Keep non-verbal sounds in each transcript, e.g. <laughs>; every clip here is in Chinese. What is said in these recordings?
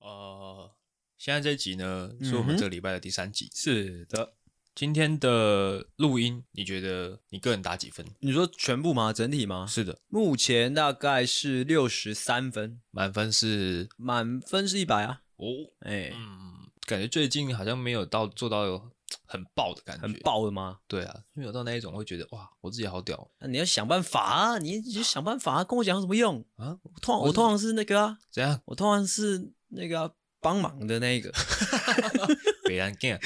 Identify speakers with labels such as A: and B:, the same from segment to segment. A: 呃现在这一集呢，是我
B: 嗯哼
A: 们这个礼拜的第三集。
B: 是的，
A: 今天的录音，你觉得你个人打几分？
B: 你说全部吗？整体吗？
A: 是的，
B: 目前大概是六十三分，
A: 满分是
B: 满分是一百啊。
A: 哦，
B: 哎、
A: 嗯，感觉最近好像没有到做到有很爆的感觉，
B: 很，爆的吗？
A: 对啊，没有到那一种会觉得哇，我自己好屌
B: 那你要想办法啊！你你就想办法啊！跟我讲有什么用？
A: 啊，
B: 我通常
A: 我
B: 我通常是那个啊，
A: 怎样？
B: 我通常是那个啊帮、忙的那一个。
A: 北兰 g <laughs>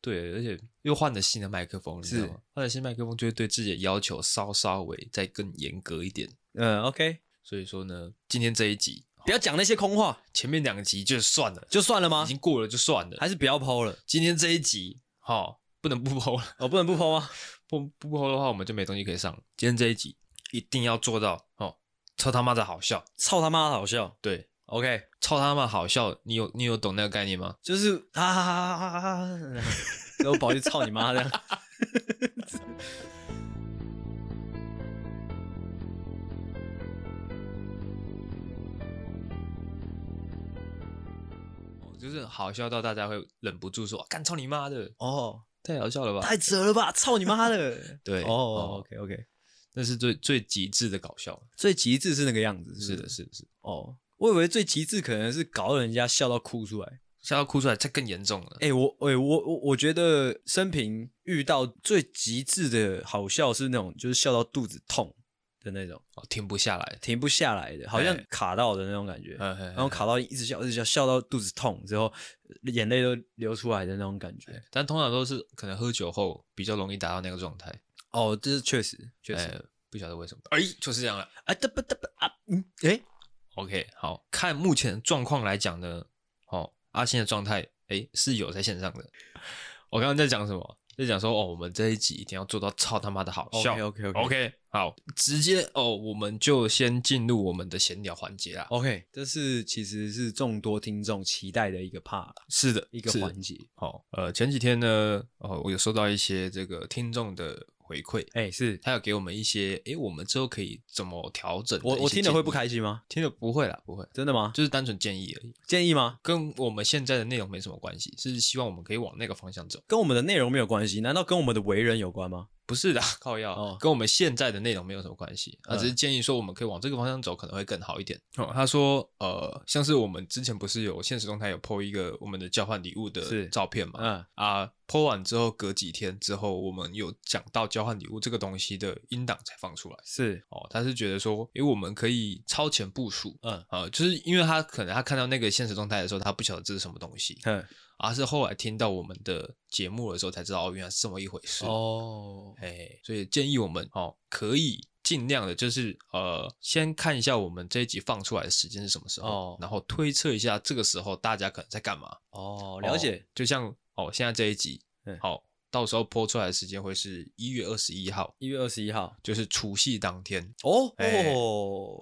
A: 对，而且又换了新的麦克风，你知道
B: 是
A: 吗？换了新麦克风就会对自己的要求稍稍微再更严格一点。
B: 嗯，OK，
A: 所以说呢，今天这一集
B: 不要讲那些空话，
A: 前面两集就算了，
B: 就算了吗
A: 已？经过了就算了。
B: 啊还是不要剖了？
A: 今天这一集，哈、不能不剖了， <laughs>
B: 我、不能不剖吗？
A: 不不剖的话，我们就没东西可以上了。今天这一集一定要做到哦，超他妈的好笑，
B: 操他妈的好笑
A: 对，
B: ！OK，
A: 超他妈好笑，你有你有懂那个概念吗？
B: 就是啊哈哈哈哈哈哈，然后跑去操你妈这样。
A: 哦就是好笑到大家会忍不住说：“啊干、操你妈的，
B: 哦，
A: 太好笑了吧
B: 太扯了吧！操你妈的！
A: 对
B: 哦哦，OK 嗯 OK，！”
A: 那是最最极致的搞笑。
B: 最极致是那个样子，
A: 是
B: 是
A: 的，
B: 的，
A: 是的，是的，
B: 哦，我以为最极致可能是搞得人家笑到哭出来。
A: 笑到哭出来，这更严重了。
B: 哎、我，哎、我，我，我觉得生平遇到最极致的好笑是那种，就是笑到肚子痛的那种，
A: 哦，停不下来。
B: 停不下来的，好像
A: 哎
B: 卡到的那种感觉，
A: 嗯嗯
B: 然后卡到一直笑，一直笑，笑到肚子痛之后，眼泪都流出来的那种感觉。
A: 但通常都是可能喝酒后比较容易达到那个状态。
B: 哦，这是确实，确实。
A: 哎不晓得为什么。哎，就是这样了。
B: 啊，哒不哒不啊，嗯，哎、
A: OK，好看目前的状况来讲呢，哦，阿信的状态，哎，是有在线上的。我刚刚在讲什么？在讲说哦，我们这一集一定要做到超他妈的好笑。
B: OK，OK，OK
A: OK，好，直接哦，我们就先进入我们的闲聊环节啦。哦，
B: OK，这是其实是众多听众期待的一个 part，
A: 是的，
B: 一个
A: 是的
B: 环节。
A: 好、呃，前几天呢，哦，我有收到一些这个听众的回馈，
B: 哎、是
A: 他有给我们一些，诶，我们之后可以怎么调整？
B: 我我听
A: 了
B: 了会不，开心吗？
A: 听了不会啦，不会，
B: 真的吗？
A: 就是单纯建议而已，
B: 建议吗？
A: 跟我们现在的内容没什么关系，是希望我们可以往那个方向走。
B: 跟我们的内容没有关系，难道跟我们的为人有关吗？
A: 不是的， <laughs> 靠药、
B: 哦
A: 跟我们现在的内容没有什么关系，啊，
B: 嗯
A: 只是建议说我们可以往这个方向走，可能会更好一点。哦，他说，呃，像是我们之前不是有现实动态有 po 一个我们的交换礼物的
B: 是
A: 照片嘛，
B: 嗯，
A: 啊，po 完之后隔几天之后，我们有讲到交换礼物这个东西的音档才放出来。
B: 是，
A: 哦，他是觉得说，诶，我们可以超前部署，
B: 嗯
A: 呃，就是因为他可能他看到那个现实动态的时候，他不晓得这是什么东西，
B: 嗯，
A: 而、啊是后来听到我们的节目的时候才知道，哦，原来是这么一回事。
B: 哦，
A: 哎，所以建议我们哦，可以尽量的，就是呃，先看一下我们这一集放出来的时间是什么时候，
B: 哦
A: 然后推测一下这个时候大家可能在干嘛。
B: 哦，了
A: 哦
B: 解，
A: 就像哦，现在这一集，
B: 嗯
A: 好、到时候播出来的时间会是一月二十一号，
B: 一月二十一号，
A: 就是除夕当天。
B: 哦，
A: 哎
B: 哦，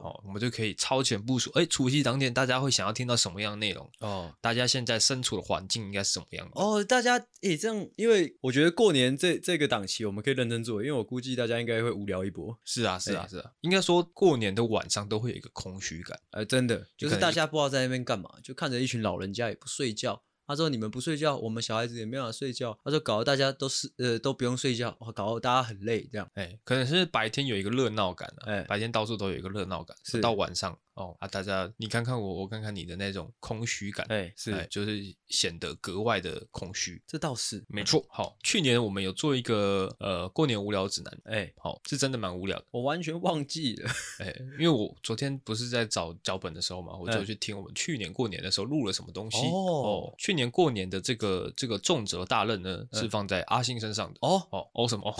A: 哦，我们就可以超前部署。哎，除夕当天大家会想要听到什么样的内容？
B: 哦，
A: 大家现在身处的环境应该是什么样的？
B: 哦，大家，诶，这样，因为我觉得过年这这个档期我们可以认真做，因为我估计大家应该会无聊一波，
A: 是啊，是啊，
B: 哎
A: 是啊。应该说过年的晚上都会有一个空虚感。
B: 呃，真的，
A: 就
B: 就
A: 可
B: 是
A: 能
B: 大家不知道在那边干嘛，就看着一群老人家也不睡觉。他说：“你们不睡觉，我们小孩子也没办法睡觉。”他说：“搞得大家都是呃都不用睡觉，哦搞得大家很累，这样
A: 哎、可能是白天有一个热闹感啊，
B: 哎
A: 白天到处都有一个热闹感，
B: 是
A: 到晚上哦啊，大家你看看我，我看看你的那种空虚感，
B: 哎是
A: 就是显得格外的空虚。
B: 这倒是嗯
A: 没错，好，去年我们有做一个呃过年无聊指南，
B: 哎、
A: 好，是真的蛮无聊的，
B: 我完全忘
A: <laughs>
B: 记了。
A: 哎、因为我昨天不是在找脚本的时候嘛，我就
B: 哎
A: 去听我们去年过年的时候录了什么东西
B: 哦
A: 去年过年的这个这个重责大任呢，是
B: 嗯
A: 放在阿信身上的
B: 哦，
A: 哦哦什么哦，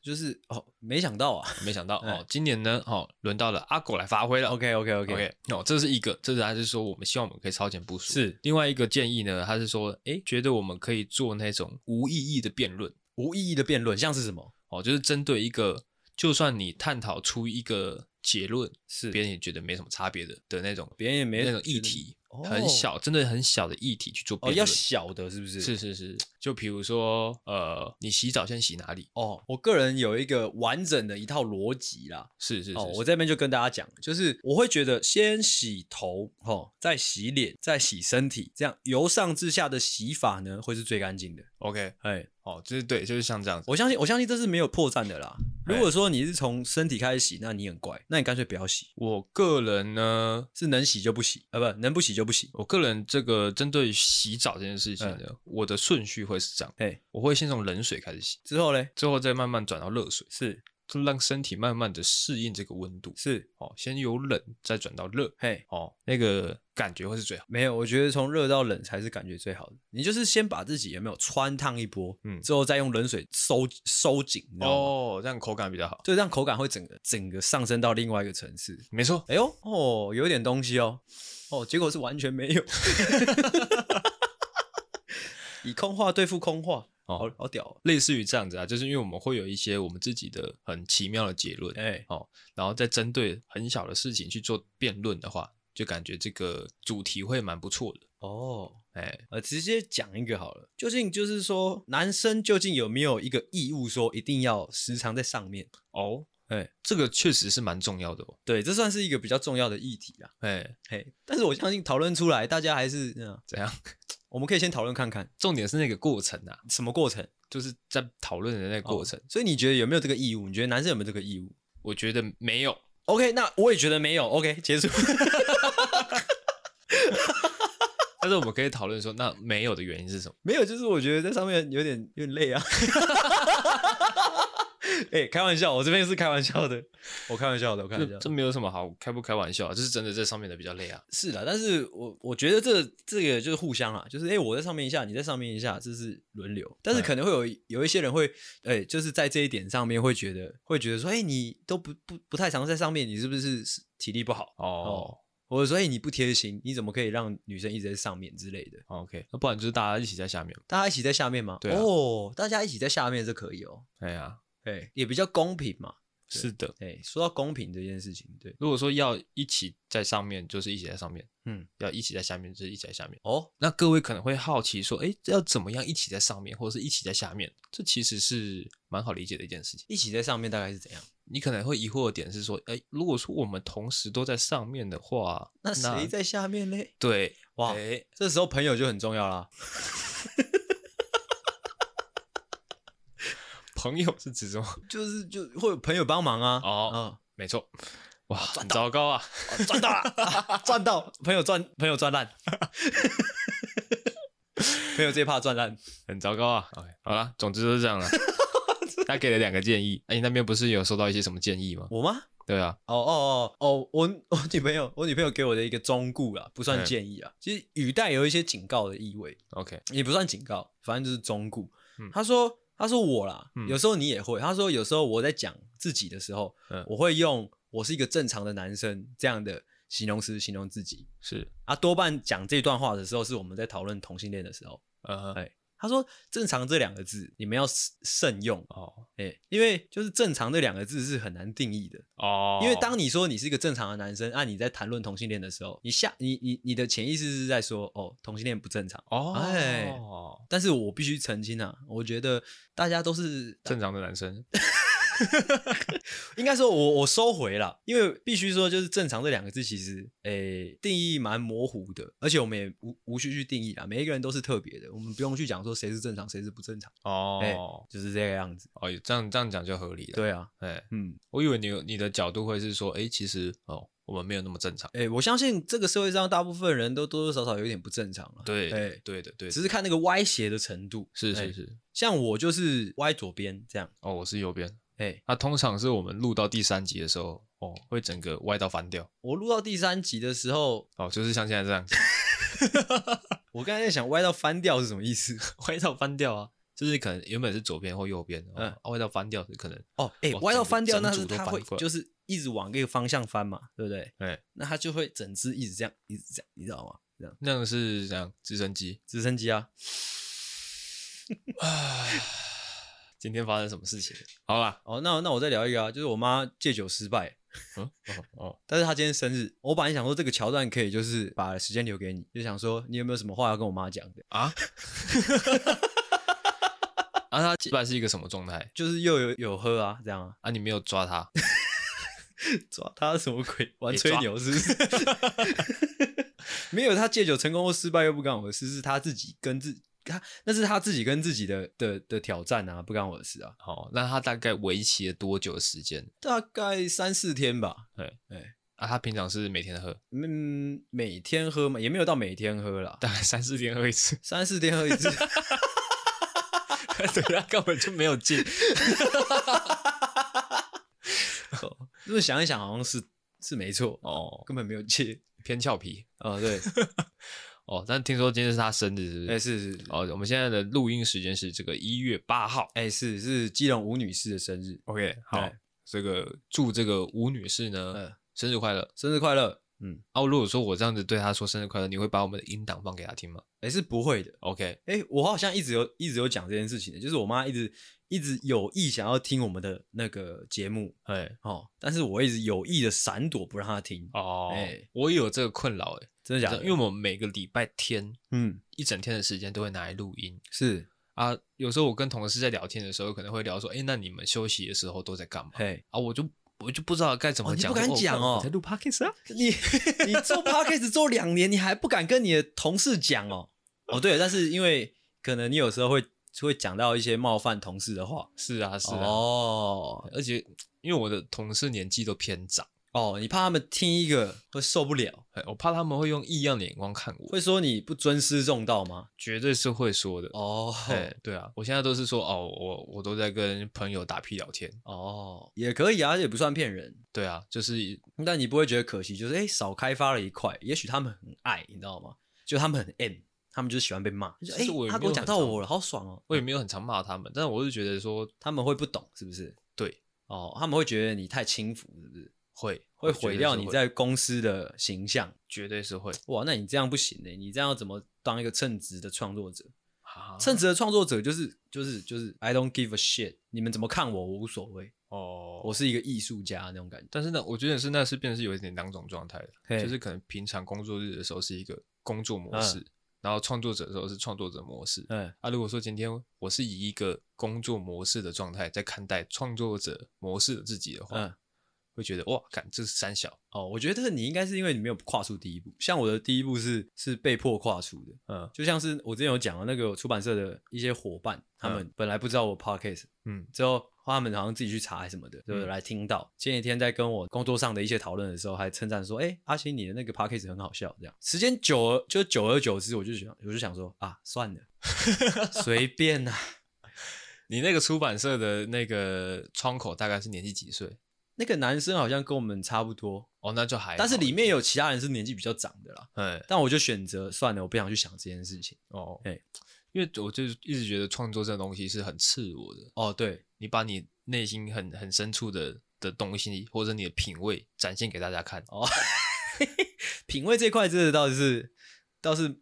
B: 就是哦，没想
A: <laughs>
B: 到啊。
A: 没想到
B: 哎
A: 哦，今年呢哦轮到了阿狗来发挥了。
B: OK OK OK，,
A: OK，哦，这是一个，这是还是说我们希望我们可以超前部署。
B: 是
A: 另外一个建议呢，他是说，诶，觉得我们可以做那种无意义的辩论，
B: 无意义的辩论像是什么？
A: 哦，就是针对一个，就算你探讨出一个结论，
B: 是
A: 别人也觉得没什么差别的的那种
B: 别人也没
A: 那种议
B: 觉得
A: 题，
B: 哦
A: 很小，真的很小的议题去做
B: 哦，
A: 辩
B: 要
A: 论。
B: 小的是不是？
A: 是是是，就比如说，呃，你洗澡先洗哪里？
B: 哦，我个人有一个完整的一套逻辑啦。
A: 是是是，
B: 哦，我
A: 在
B: 这边就跟大家讲，就是我会觉得先洗头，哦，再洗脸，再洗身体，这样由上至下的洗法呢，会是最干净的。
A: OK，
B: 哎，
A: 哦，就是对，就是像这样子。
B: 我相信，我相信这是没有破绽的啦。
A: 哎
B: 如果说你是从身体开始洗，那你很怪，那你干脆不要洗，
A: 我个人呢，
B: 是能洗就不洗，呃，不能不洗就不洗。
A: 我个人这个针对于洗澡这件事情
B: 嗯
A: 呢，我的顺序会是这样，
B: 哎，
A: 我会先从冷水开始洗，
B: 之后嘞，
A: 之后再慢慢转到热水，
B: 是
A: 就让身体慢慢的适应这个温度。
B: 是，
A: 哦，先由冷再转到热，
B: 嘿，
A: 哦，那个感觉会是最好。
B: 没有，我觉得从热到冷才是感觉最好的。你就是先把自己有没有穿烫一波，
A: 嗯
B: 之后再用冷水收收紧，你知道吗？
A: 哦，这样口感比较好。
B: 就这样口感会整个整个上升到另外一个层次。
A: 没错，
B: 哎呦，哦，有点东西哦，哦，结果是完全没有， <laughs> 以空话对付空话，好
A: 哦，
B: 好屌、哦，
A: 类似于这样子啊，就是因为我们会有一些我们自己的很奇妙的结论，
B: 哎，
A: 然后再针对很小的事情去做辩论的话，就感觉这个主题会蛮不错的。
B: 哦。
A: 哎，
B: 呃，直接讲一个好了，究竟就是说，男生究竟有没有一个义务说一定要时常在上面？
A: 哦，
B: 哎，
A: 这个确实是蛮重要的哦。
B: 对，这算是一个比较重要的议题啊。
A: 哎，
B: 嘿，但是我相信讨论出来，大家还是那、嗯
A: 怎样？ <laughs>
B: 我们可以先讨论看看
A: 重点是那个过程啊，
B: 什么过程
A: 就是在讨论的那个过程
B: 哦，所以你觉得有没有这个义务？你觉得男生有没有这个义务
A: 我觉得没有。
B: ？OK，那我也觉得没有。OK，结束。
A: 但是我们可以讨论说，那没有的原因是 <laughs> 什么？
B: <laughs> 没有，就是我觉得在上面有点有点累啊。 <laughs> 哎、开玩笑，我这边是开玩笑的，我开玩笑的，我开玩笑
A: 这
B: 的
A: 这没有什么好开不开玩笑啊，就是真的在上面的比较累啊。
B: 是的，但是我我觉得这这个就是互相啦，就是哎、诶我在上面一下，你在上面一下，这是轮流。但是
A: 嗯
B: 可能会有有一些人会，哎、就是在这一点上面会觉得会觉得说，哎、你都不不不太常在上面，你是不是是体力不好？
A: 哦
B: 或者说，哎、你不贴心，你怎么可以让女生一直在上面之类的？
A: o k 哦那不然就是大家一起在下面。
B: 大家一起在下面吗？
A: 对啊
B: 哦，大家一起在下面是可以哦，
A: 哎呀，
B: 哎，也比较公平嘛。对
A: 是的。
B: 哎，说到公平这件事情，对，
A: 如果说要一起在上面，就是一起在上面；
B: 嗯，
A: 要一起在下面，就是一起在下面。
B: 哦，
A: 那各位可能会好奇说，哎，这要怎么样一起在上面，或者是一起在下面？这其实是蛮好理解的一件事情。
B: 一起在上面大概是怎样？
A: 你可能会疑惑的点是说，哎，如果说我们同时都在上面的话，
B: 那谁在下面嘞？
A: 对？
B: 哇，
A: 哎，
B: 这时候朋友就很重要啦。
A: 朋友是指什么？ <laughs>
B: 就是就会有朋友帮忙啊。
A: 哦
B: 哦，
A: 没错，哇，很糟糕啊！
B: 哦赚到 <laughs> 了，赚到，朋友赚，朋友赚 <laughs> 烂，朋友最怕赚烂。
A: 很糟糕啊。OK，好啦，总之就是这
B: <laughs>
A: 样了。他给了两个建议，哎、你那边不是有收到一些什么建议吗？
B: 我吗？
A: 对啊，
B: 哦哦哦哦，我我女朋友，我女朋友给我的一个忠告啦，不
A: 嗯
B: 算建议啊，其实语带有一些警告的意味，
A: OK，
B: 也不算警告，反正就是忠告
A: 嗯。
B: 她说，她说我啦
A: 嗯，
B: 有时候你也会。她说，有时候我在讲自己的时候
A: 嗯，
B: 我会用我是一个正常的男生这样的形容词形容自己。
A: 是，
B: 啊，多半讲这段话的时候，是我们在讨论同性恋的时候。
A: 呃，
B: 哎他说“正常”这两个字，你们要慎慎用，
A: 哦，
B: 哎、因为就是“正常”这两个字是很难定义的。
A: 哦，
B: 因为当你说你是一个正常的男生，啊，你在谈论同性恋的时候，你下你你你的潜意识是在说，哦，同性恋不正常。
A: 哦，
B: 哎但是我必须澄清啊，我觉得大家都是
A: 正常的男生，
B: 应该说我我收回了，因为必须说就是“正常”这两个字其实诶、定义蛮模糊的，而且我们也无无需去定义啦，每一个人都是特别的，我们不用去讲说谁是正常谁是不正常，
A: 哦，
B: 哎就是这个样子。
A: 哦，这样这样讲就合理了。，
B: 对啊，
A: 哎，
B: 嗯，
A: 我以为你有你的角度会是说，哎，其实哦，我们没有那么正常。
B: 诶、我相信这个社会上大部分人都多多少少有一点不正常了，
A: 对，
B: 哎、
A: 对的，对的，
B: 只是看那个歪斜的程度。
A: 是
B: 哎
A: 是是，
B: 像我就是歪左边这样，
A: 哦，我是右边。
B: 哎、
A: 那通常是我们录到第三集的时候，哦，会整个歪到翻掉。
B: 我录到第三集的时候，
A: 哦，就是像现在这样子，
B: 我刚才在想歪到翻掉是什么意思？
A: <laughs> 歪到翻掉啊，就是可能原本是左边或右边，哦
B: 嗯
A: 啊歪到翻掉是可能
B: 哦，哎、
A: 哇
B: 歪
A: 整个
B: 到翻掉，
A: 整
B: 那
A: 组
B: 是
A: 都
B: 它
A: 翻
B: 会
A: 过来
B: 就是一直往一个方向翻嘛，对不对？
A: 哎，
B: 那它就会整只一直这样，一直这样，你知道吗？这样
A: 那样是这样，直升机。
B: 直升机啊，
A: 唉 <sighs> 今天发生什么事情？好啦，
B: 哦，那那我再聊一个啊，就是我妈戒酒失败，
A: 嗯，哦哦，
B: 但是他今天生日，我本来想说这个桥段可以就是把时间留给你，就想说你有没有什么话要跟我妈讲的，
A: 啊， <laughs> 啊，他祭拜是一个什么状态
B: 就是又有有喝啊这样啊，
A: 啊？你没有抓他，
B: 抓他什
A: <laughs>
B: 么鬼？玩
A: 也
B: 吹
A: 抓
B: 牛是
A: <laughs>
B: 不是？ <laughs> 没有，他戒酒成功或失败又不干我的事，是他自己跟自他那是他自己跟自己的的的挑战啊，不干我的事啊。
A: 好、那他大概为期了多久的时间？
B: 大概三四天吧，哎
A: 啊，他平常是每天喝，
B: 嗯，每天喝嘛，也没有到每天喝啦，，
A: 大概三四天喝一次 <laughs>
B: 三四天喝一次。
A: 对，他根本就没有
B: <laughs>
A: 戒。
B: 这哦么想一想，好像是是没错，
A: 哦，
B: 根本没有戒
A: 偏俏皮
B: 啊、对，
A: 哦。但听说今天是他生日，是不
B: <laughs> 哎、
A: 是？
B: 是是是，
A: 哦，我们现在的录音时间是这个一月八号。
B: 哎、是是基隆吴女士的生日，哎
A: OK，好
B: 对，
A: 这个祝这个吴女士呢、
B: 嗯
A: 生日快乐。
B: 生日快乐。嗯，
A: 哦、如果说我这样子对她说生日快乐，你会把我们的音档放给她听吗
B: 哎、是不会的。
A: ？OK，
B: 哎、我好像一直有一直有讲这件事情的，就是我妈一直一直有意想要听我们的那个节目
A: 哎，
B: 哦，但是我一直有意的闪躲不让她听，
A: 哦，
B: 哎
A: 我也有这个困扰，哎，
B: 真的假
A: 这
B: 的？
A: 因为我们每个礼拜天
B: 嗯
A: 一整天的时间都会拿来录音
B: 是
A: 啊。有时候我跟同事在聊天的时候，可能会聊说，哎，那你们休息的时候都在干嘛？
B: 嘿，
A: 啊，我就我就不知道该怎
B: 哦
A: 么
B: 你
A: 讲，
B: 不敢
A: 说
B: 讲
A: 我我
B: 哦
A: 在录 podcast 啊。
B: 你 <laughs> 你做 podcast 做两年，你还不敢跟你的同事讲哦？哦对，但是因为可能你有时候会会讲到一些冒犯同事的话，
A: 是啊，是啊，
B: 哦
A: 而且因为我的同事年纪都偏长，
B: 哦，你怕他们听一个会受不了，
A: 哎我怕他们会用异样的眼光看我，
B: 会说你不尊师重道吗？
A: 绝对是会说的。
B: 哦
A: 哎，对啊，我现在都是说哦，我我都在跟朋友打屁聊天。
B: 哦，也可以啊，也不算骗人。
A: 对啊，就是
B: 但你不会觉得可惜，就是哎、诶少开发了一块，也许他们很爱，你知道吗？就他们很 M，他们就喜欢被骂，就
A: 其
B: 哎、
A: 实
B: 诶
A: 我也
B: 他
A: 没
B: 给我
A: 有
B: 讲
A: 很
B: 到
A: 常
B: 我了，好爽哦。
A: 我也没有很常骂他们，但是我是觉得说
B: 他们会不懂是不是？
A: 对，
B: 哦，他们会觉得你太轻浮是不是？
A: 会
B: 会
A: 我觉得
B: 毁掉
A: 是
B: 你
A: 会
B: 在公司的形象。
A: 绝对是会
B: 哇，那你这样不行呢、你这样要怎么当一个称职的创作者？
A: 啊
B: 称职的创作者就是就是就是 I don't give a shit，你们怎么看我我无所谓，
A: 哦
B: 我是一个艺术家那种感觉。
A: 但是呢，我觉得是那是变成是有一点两种状态的，
B: 嘿
A: 就是可能平常工作日的时候是一个工作模式，然后创作者的时候是创作者模式。
B: 嗯，
A: 啊，如果说今天我是以一个工作模式的状态在看待创作者模式的自己的话，
B: 嗯
A: 会觉得哇，感这是三小，
B: 哦，我觉得你应该是因为你没有跨出第一步，像我的第一步是是被迫跨出的，
A: 嗯
B: 就像是我之前有讲的那个出版社的一些伙伴，他们本来不知道我 podcast，
A: <laughs> 嗯
B: 之后他们好像自己去查还是什么的，就
A: 嗯
B: 来听到。前几天在跟我工作上的一些讨论的时候，还称赞说：“哎、阿星你的那个 podcast 很好笑。”这样，时间久而就久而久之，我就想我就想说啊，算了，随便啦、
A: 你那个出版社的那个窗口大概是年纪几岁？
B: 那个男生好像跟我们差不多，
A: 哦，那就还好，
B: 但是里面有其他人是年纪比较长的啦。
A: 嗯
B: 但我就选择算了，我不想去想这件事情。
A: 哦
B: 嘿，
A: 因为我就一直觉得创作这东西是很赤裸的，
B: 哦，对，
A: 你把你内心很很深处的的东西，或者你的品味展现给大家看。哦，
B: 品味这块真的倒是倒是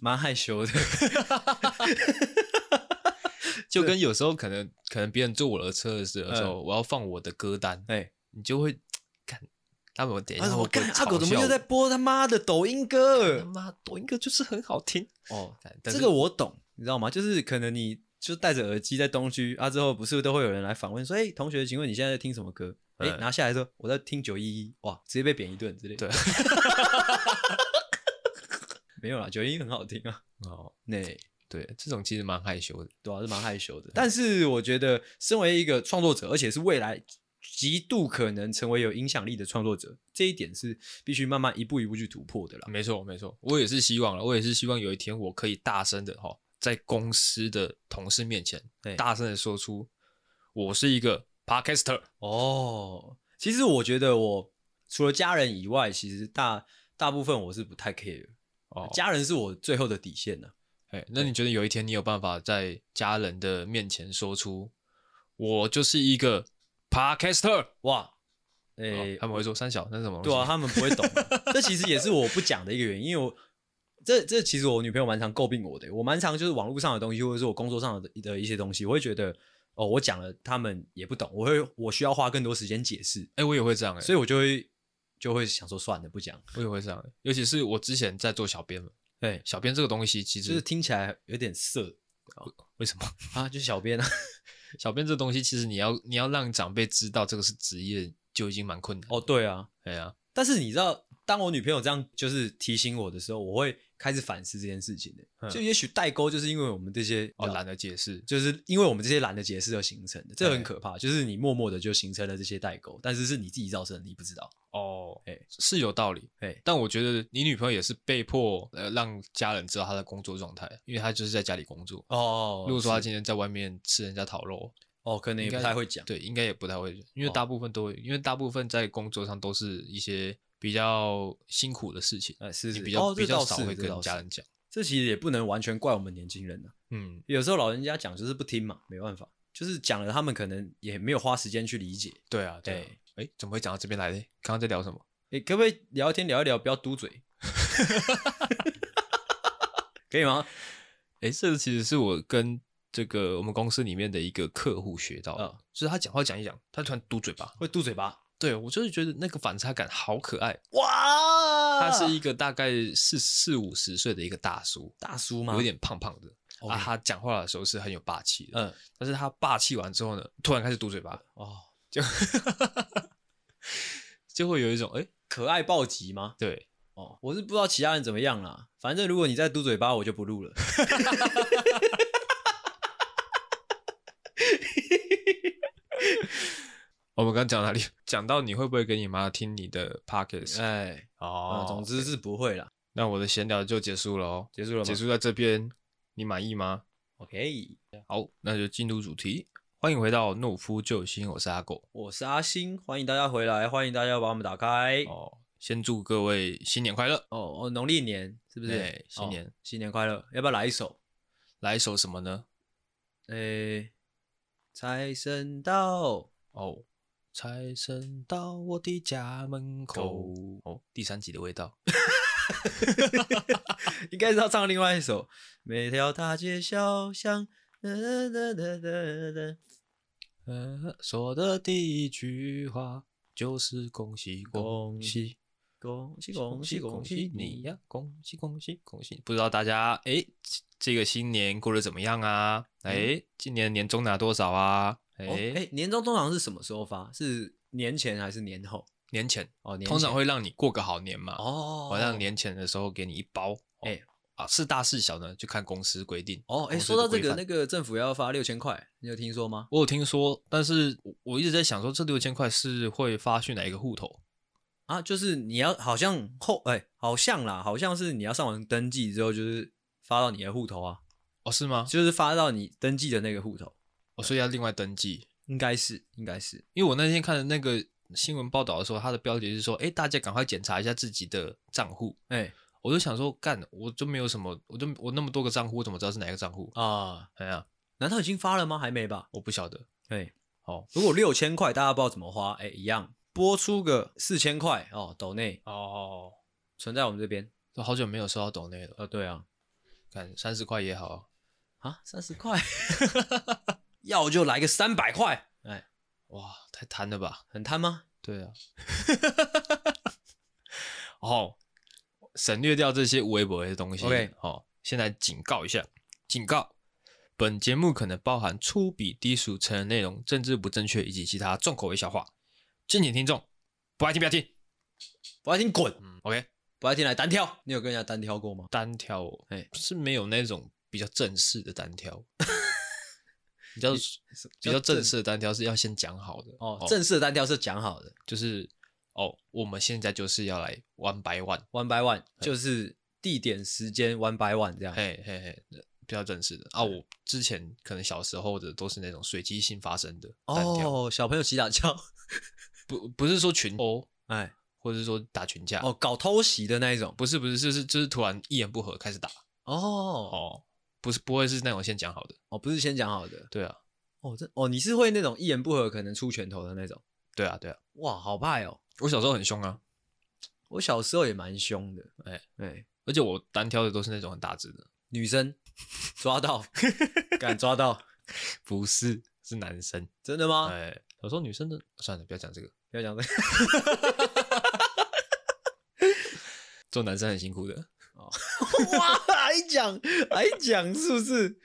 B: 蛮害羞的。 <laughs>
A: 就跟有时候可能可能别人坐我的车的时候，
B: 嗯
A: 我要放我的歌单，
B: 哎、
A: 你就会看他们等一
B: 啊！
A: 下
B: 我
A: 哎会不会嘲笑我
B: 看阿狗怎么又在播他妈的抖音歌
A: 他？妈抖音歌就是很好听。
B: 哦，
A: 干但
B: 这
A: 是
B: 个我懂，你知道吗？就是可能你就戴着耳机在东区啊，之后不是都会有人来访问说：“哎、同学，请问你现在在听什么歌？”哎、
A: 嗯
B: 拿下来说我在听九一一，哇，直接被扁一顿之类的。
A: 对
B: <laughs> 没有啦，九一一很好听啊。
A: 哦，
B: 那
A: 对，这种其实蛮害羞的。
B: 对啊，是蛮害羞的。但是我觉得，身为一个创作者，而且是未来极度可能成为有影响力的创作者，这一点是必须慢慢一步一步去突破的啦。
A: 没错，没错，我也是希望了，我也是希望有一天我可以大声的哈，在公司的同事面前
B: 对
A: 大声的说出，我是一个 podcaster。
B: 哦，其实我觉得我除了家人以外，其实大大部分我是不太 care，、
A: 哦，
B: 家人是我最后的底线呢、
A: 哎，那你觉得有一天你有办法在家人的面前说出，我就是一个 podcaster？
B: 哇，
A: 哦
B: 诶、
A: 他们会说三小那是什么东西？
B: 对啊，他们不会懂，这其实也是我不讲的一个原因，因为我。这这其实我女朋友蛮常诟病我的，我蛮常就是网络上的东西，或者是我工作上的的一些东西，我会觉得哦，我讲了他们也不懂，我会我需要花更多时间解释，
A: 哎、我也会这样哎、
B: 所以我就会就会想说算了不讲，
A: 我也会这样、欸，尤其是我之前在做小编嘛，
B: 对，
A: 小编这个东西其
B: 就是
A: 实
B: 听起来有点涩
A: 为什么？
B: 啊，就是小编啊，
A: 小编这东西其实你要你要让长辈知道这个是职业就已经蛮困难。
B: <laughs> 哦，对啊，
A: 哎呀、
B: 但是你知道，当我女朋友这样就是提醒我的时候，我会开始反思这件事情的、
A: 嗯
B: 就也许代沟就是因为我们这些
A: 哦，懒得解释，
B: 就是因为我们这些懒得解释而形成的，这很可怕。就是你默默的就形成了这些代沟，但是是你自己造成的，你不知道。
A: 哦，
B: 哎
A: 是有道理，
B: 哎
A: 但我觉得你女朋友也是被迫呃让家人知道她的工作状态，因为她就是在家里工作。
B: 哦
A: 如果说她
B: 是
A: 今天在外面吃人家烤肉，
B: 哦，可能也
A: 应
B: 不
A: 该
B: 太会讲。
A: 对，应该也不太会，因为
B: 哦
A: 大部分都会，因为大部分在工作上都是一些比较辛苦的事情，
B: 哎，是
A: 你
B: 是
A: 比较
B: 哦这
A: 比较
B: 倒
A: 少
B: 是
A: 会
B: 这
A: 跟
B: 倒
A: 家
B: 是
A: 人讲。
B: 这其实也不能完全怪我们年轻人啊。
A: 嗯，
B: 有时候老人家讲就是不听嘛，没办法，就是讲了他们可能也没有花时间去理解。
A: 对啊，对啊
B: 哎。
A: 哎，怎么会讲到这边来嘞？刚刚在聊什么？
B: 哎，可不可以聊天聊一聊，不要嘟嘴？ <laughs> 可以吗？
A: 哎，这个其实是我跟这个我们公司里面的一个客户学到的，
B: 啊
A: 就是他讲话讲一讲，他突然嘟嘴巴，
B: 会嘟嘴巴？
A: 对我就是觉得那个反差感好可
B: 嗯
A: 爱。
B: 哇
A: 他是一个大概四四五十岁的一个大叔，
B: 大叔吗？
A: 有点胖胖的。
B: OK
A: 啊，他讲话的时候是很有霸气的，
B: 嗯
A: 但是他霸气完之后呢，突然开始嘟嘴巴，
B: 哦，
A: 就会有一种哎、诶
B: 可爱暴击吗？
A: 对，
B: 哦，我是不知道其他人怎么样啦。反正如果你再嘟嘴巴，我就不 <laughs> 录了。
A: 我们刚刚讲哪里？讲到你会不会给你妈听你的 podcast？、
B: 哎，
A: 哦
B: 啊，，总之是不会啦。
A: 那我的闲聊就结束了哦，
B: 结束了吗？
A: 结束在这边，你满意吗？
B: OK，
A: 好，那就进入主题，欢迎回到懦夫救星，我是阿狗
B: 我是阿星，欢迎大家回来，欢迎大家把我们打开。哦
A: 哦，先祝各位新年快乐，
B: 哦，农历年是不是？
A: 哎新
B: 哦
A: 年
B: 新年快乐！要不要来一首？
A: 来一首什么呢？
B: 哎，财神到，
A: 哦，财神到我的家门口。哦，第三集的味道。
B: 应该是要唱另外一首。每条大街小巷，哒哒哒哒哒哒。
A: 呃，说的第一句话就是恭喜
B: 恭
A: 喜
B: 恭喜恭喜恭喜你呀！
A: 呀！恭喜恭喜恭喜！不知道大家哎，这个新年过得怎么样啊？哎，今年年终拿多少啊？
B: 嗯哦
A: 哎，
B: 哎，年终通常是什么时候发？是年前还是年后？
A: 年前
B: 哦，年
A: 通常
B: 前
A: 会让你过个好年嘛。
B: 哦，
A: 我让年前的时候给你一包。
B: 哎
A: 哎啊，是大是小呢，就看公司规定。
B: 哦，哎，
A: 公司
B: 说
A: 的
B: 到这
A: 规
B: 个，
A: 范
B: 那个政府要发六千块，你有听说吗？
A: 我有听说，但是我我一直在想说，这六千块是会发去哪一个户头？
B: 啊，就是你要好像后哎，好像啦，好像是你要上网登记之后，就是发到你的户头啊，
A: 哦，是吗？
B: 就是发到你登记的那个户头，
A: 哦，所以要另外登记。
B: 应该是应该是
A: 因为我那天看的那个新闻报道的时候，它的标题是说，哎，大家赶快检查一下自己的账户。
B: 哎
A: 我就想说，干，我就没有什么，我就我那么多个账户，我怎么知道是哪个账户？
B: 啊，
A: 哎呀，
B: 难道已经发了吗？还没吧？
A: 我不晓得。
B: 哎，
A: 哦
B: 如果六千块大家不知道怎么花，哎，一样拨出个四千块哦，抖内
A: 哦，
B: 存在我们这边。
A: 都好久没有收到抖内了，
B: 呃，对啊，
A: 干三十块也好啊。
B: 啊，三十块， <laughs> 要就来个三百块，哎，
A: 哇，太贪了吧？
B: 很贪吗？
A: 对啊。 <laughs> 哦，省略掉这些微博的东西。
B: OK
A: 哦，先来警告一下，警告：本节目可能包含粗鄙、低俗、成人内容、政治不正确以及其他重口味笑话，敬请听众不爱听不要听。
B: 不爱听滚，
A: 嗯，OK，
B: 不爱听来单挑。你有跟人家单挑过吗？
A: 单挑哦，
B: 哎
A: 是没有那种比较正式的单挑。 <laughs> 比较比
B: 比
A: 较正式的单挑是要先讲好的
B: 哦，正式的单挑是讲好的
A: 就是哦，我们现在就是要来 one by one，
B: ，one by one 就是地点时间 one by one 这样。
A: 嘿嘿嘿，比较正式的啊。我之前可能小时候的都是那种随机性发生的单挑，
B: 哦，小朋友起
A: <laughs>
B: 打架，
A: 不不是说群殴，
B: 哎，
A: 或者是说打群架，
B: 哦，搞偷袭的那一种。
A: 不是不是，就是就是突然一言不合开始打，
B: 哦
A: 哦，不是不会是那种先讲好的，
B: 哦，不是先讲好的。
A: 对啊
B: 哦，这哦，你是会那种一言不合可能出拳头的那种。
A: 对啊对啊，
B: 哇，好派哦！
A: 我小时候很凶啊，
B: 我小时候也蛮凶的。
A: 哎
B: 哎，
A: 而且我单挑的都是那种很大只的，
B: <laughs> 女生抓到，敢抓到。
A: 不是是男生。
B: 真的吗？
A: 哎、我说女生的算了，不要讲这个，
B: 不要讲这个。
A: 做男生很辛苦的。
B: 哇，还讲还讲是不是？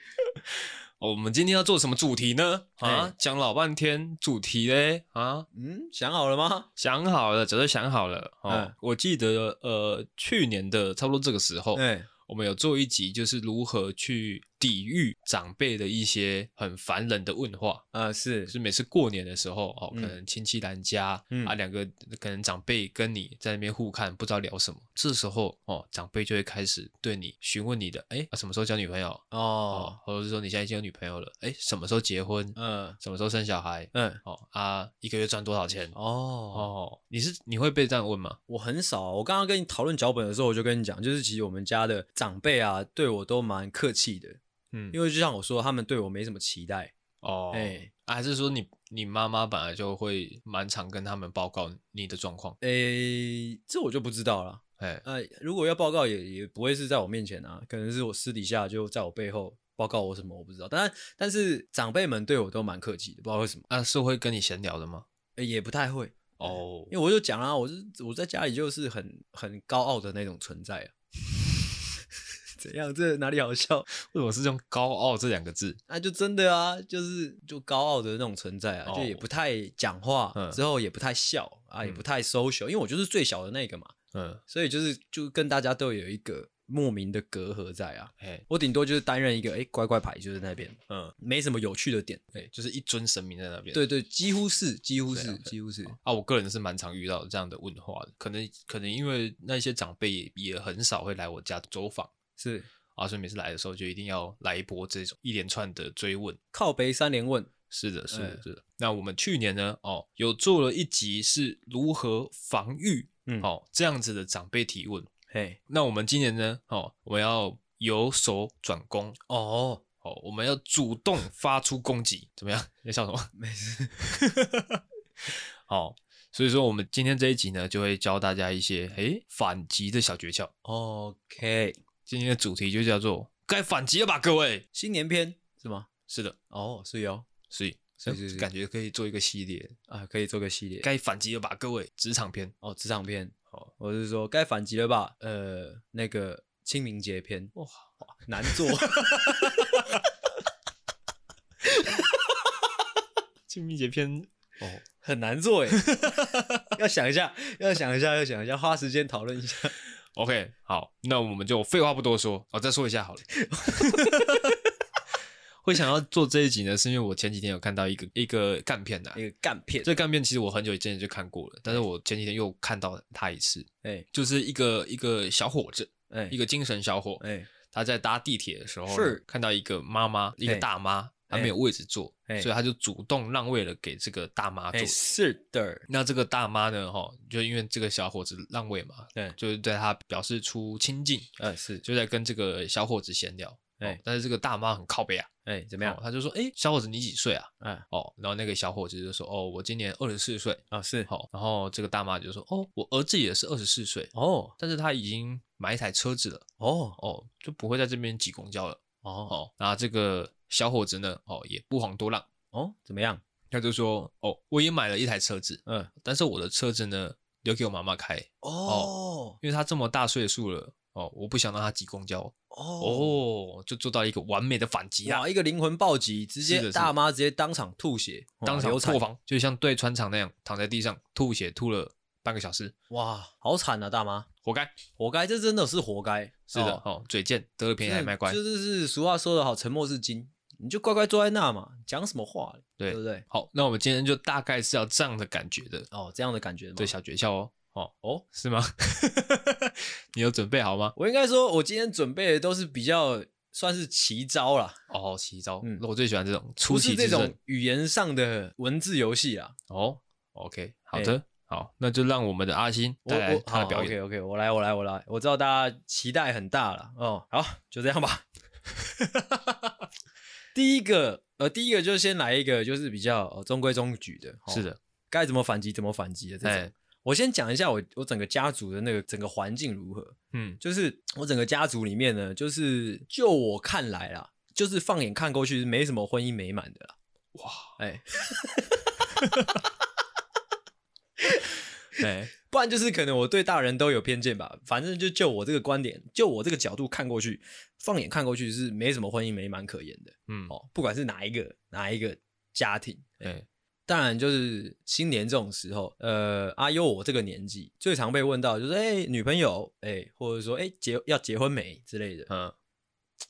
A: 哦我们今天要做什么主题呢？啊
B: 哎，
A: 讲老半天，主题嘞啊，
B: 嗯，想好了吗？
A: 想好了，早就想好了。哦，
B: 嗯
A: 我记得呃，去年的差不多这个时候，
B: 哎，
A: 我们有做一集，就是如何去抵御长辈的一些很烦人的问话。
B: 呃，是
A: 就是每次过年的时候，哦，可
B: 嗯
A: 能亲戚来家、
B: 嗯
A: 啊，两个可能长辈跟你在那边互看，不知道聊什么。这时候哦，长辈就会开始对你询问你的，哎、啊什么时候交女朋友？
B: 哦
A: 哦，，或者是说你现在已经有女朋友了，哎、什么时候结婚？
B: 嗯
A: 什么时候生小孩？
B: 嗯，
A: 哦啊，一个月赚多少钱？
B: 哦，
A: 哦，你是你会被这样问吗？
B: 我很少啊。我刚刚跟你讨论脚本的时候，我就跟你讲，就是其实我们家的长辈啊，对我都蛮客气的，
A: 嗯
B: 因为就像我说，他们对我没什么期待。
A: 哦，
B: 哎
A: 啊还是说你你妈妈本来就会蛮常跟他们报告你的状况？
B: 诶，这我就不知道了。
A: 哎，
B: 呃，如果要报告也也不会是在我面前啊，可能是我私底下就在我背后报告我什么，我不知道。但但是长辈们对我都蛮客气的，不知道为什么，
A: 啊，是会跟你闲聊的吗？
B: 呃也不太会，
A: 哦，
B: 因为我就讲啊，我是我在家里就是很很高傲的那种存在啊。 <laughs> 怎样？这哪里好笑？
A: 为什么是用高傲这两个字？
B: 那、就真的啊，就是就高傲的那种存在啊，
A: 哦
B: 就也不太讲话，
A: 嗯
B: 之后也不太笑啊，也
A: 嗯
B: 不太 social，、因为我就是最小的那个嘛，
A: 嗯，
B: 所以就是就跟大家都有一个莫名的隔阂在啊。
A: 哎，
B: 我顶多就是担任一个哎、诶乖乖牌，就是那边
A: 嗯，
B: 没什么有趣的点。
A: 哎，就是一尊神明在那边。
B: 对对，几乎是，几乎
A: 对
B: 是
A: 啊，
B: 几乎是。
A: 啊，我个人是蛮常遇到这样的问话的，可能可能因为那些长辈也也很少会来我家走访
B: 是
A: 啊，所以每次来的时候就一定要来一波这种一连串的追问。
B: 靠北三连问，
A: 是的，是
B: 哎
A: 的，是的。那我们去年呢，哦，有做了一集是如何防御，
B: 嗯
A: 哦，这样子的长辈提问。
B: 嘿，
A: 那我们今年呢，哦，我们要由守转攻，
B: 哦，
A: 哦，我们要主动发出攻击，怎么样？你在笑什么？ <laughs>
B: 没事，
A: 哦，所以说我们今天这一集呢，就会教大家一些诶反击的小诀窍。
B: OK，
A: 今天的主题就叫做该反击了吧，各位。
B: 新年篇是吗？
A: 是的，
B: 哦，是有
A: 所以。
B: 是是是
A: 感觉可以做一个系列，
B: 啊，可以做个系列。
A: 该反击了吧，各位！职场篇
B: 哦，职场篇，
A: 哦，
B: 我是说该反击了吧？呃，那个清明节篇，
A: 哇，
B: 难做。 <laughs>
A: 清明节篇
B: 哦，很难
A: <laughs>
B: 做哎，要想一下，要想一下，要想一下，花时间讨论一下。
A: OK，好，那我们就废话不多说，哦，再说一下
B: <laughs>
A: 好了。会想要做这一集呢，是因为我前几天有看到一个一个干片啊
B: 那，个干片，
A: 这干片其实我很久以前就看过了，但是我前几天又看到他一次，
B: 哎
A: 就是一个一个小伙子，
B: 哎
A: 一个精神小伙，
B: 哎
A: 他在搭地铁的时候呢
B: 是
A: 看到一个妈妈，一个
B: 哎
A: 大妈，她
B: 哎
A: 没有位置坐，
B: 哎
A: 所以他就主动让位了给这个大妈坐
B: 哎，。是的，
A: 那这个大妈呢，哈，就因为这个小伙子让位嘛，
B: 对
A: 就是对他表示出亲近，
B: 呃，是，
A: 就在跟这个小伙子闲聊。哦
B: 哎，
A: 但是这个大妈很靠背啊，
B: 哎，怎么
A: 没有，
B: 样？
A: 他就说，哎，小伙子你几岁啊？
B: 哎，
A: 哦，然后那个小伙子就说，哦，我今年二十四岁。
B: 啊，是，
A: 好，然后这个大妈就说，哦，我儿子也是二十四岁，
B: 哦，
A: 但是他已经买一台车子了，
B: 哦，
A: 哦，就不会在这边挤公交了。
B: 哦，
A: 哦，那这个小伙子呢，哦，也不遑多让，
B: 哦，怎么样？
A: 他就说，哦，我也买了一台车子，
B: 嗯，
A: 但是我的车子呢，留给我妈妈开，
B: 哦，
A: 因为她这么大岁数了，哦，我不想让她挤公交。
B: 哦，
A: 哦，就做到一个完美的反击啊
B: 哇，！一个灵魂暴击，直
A: 是的
B: 接
A: 是
B: 大妈直接当场吐血，哇
A: 当场
B: 流产
A: 破，防，就像对穿肠那样，躺在地上吐血，吐了半个小时，
B: 哇，好惨啊，大妈，
A: 活该。
B: 活该，这真的是活该，
A: 是的，
B: 哦，
A: 哦，嘴贱，得了便宜还卖乖
B: 就。是是俗话说得好，沉默是金，你就乖乖坐在那嘛，讲什么话，
A: 对
B: 对不对？
A: 好，那我们今天就大概是要这样的感觉的
B: 哦，这样的感觉吗
A: 对，小诀窍哦。哦
B: 哦，
A: 是吗？ <laughs> 你有准备好吗？
B: 我应该说，我今天准备的都是比较算是奇招啦，
A: 哦，奇招，
B: 嗯
A: 那我最喜欢这种出
B: 不
A: 奇
B: 是
A: 制
B: 这
A: 胜
B: 种。语言上的文字游戏啊啦。
A: 哦，OK，好的，好，那就让我们的阿星
B: 哎我
A: 带来
B: 我
A: 他的
B: 好
A: 表演。
B: OK OK，我来我来我来，我知道大家期待很大了哦。好，
A: 嗯
B: 就这样吧。 <laughs> 第一个呃，第一个就先来一个，就是比较、呃中规中矩的。哦
A: 是，的，
B: 该怎么反击怎么反击的这种。
A: 哎，
B: 我先讲一下我我整个家族的那个整个环境如何。
A: 嗯，
B: 就是我整个家族里面呢，就是就我看来啦，就是放眼看过去是没什么婚姻美满的啦。 <laughs>
C: 哎，
A: 哎，
B: 不然就是可能我对大人都有偏见吧。反正就就我这个观点，就我这个角度看过去，放眼看过去是没什么婚姻美满可言的
A: 嗯，
B: 哦。不管是哪一个哪一个家庭，
A: 哎，
B: 当然就是新年这种时候，呃，阿优我这个年纪最常被问到就是，哎、女朋友，哎、或者说，哎、结要结婚没之类的，
A: 嗯，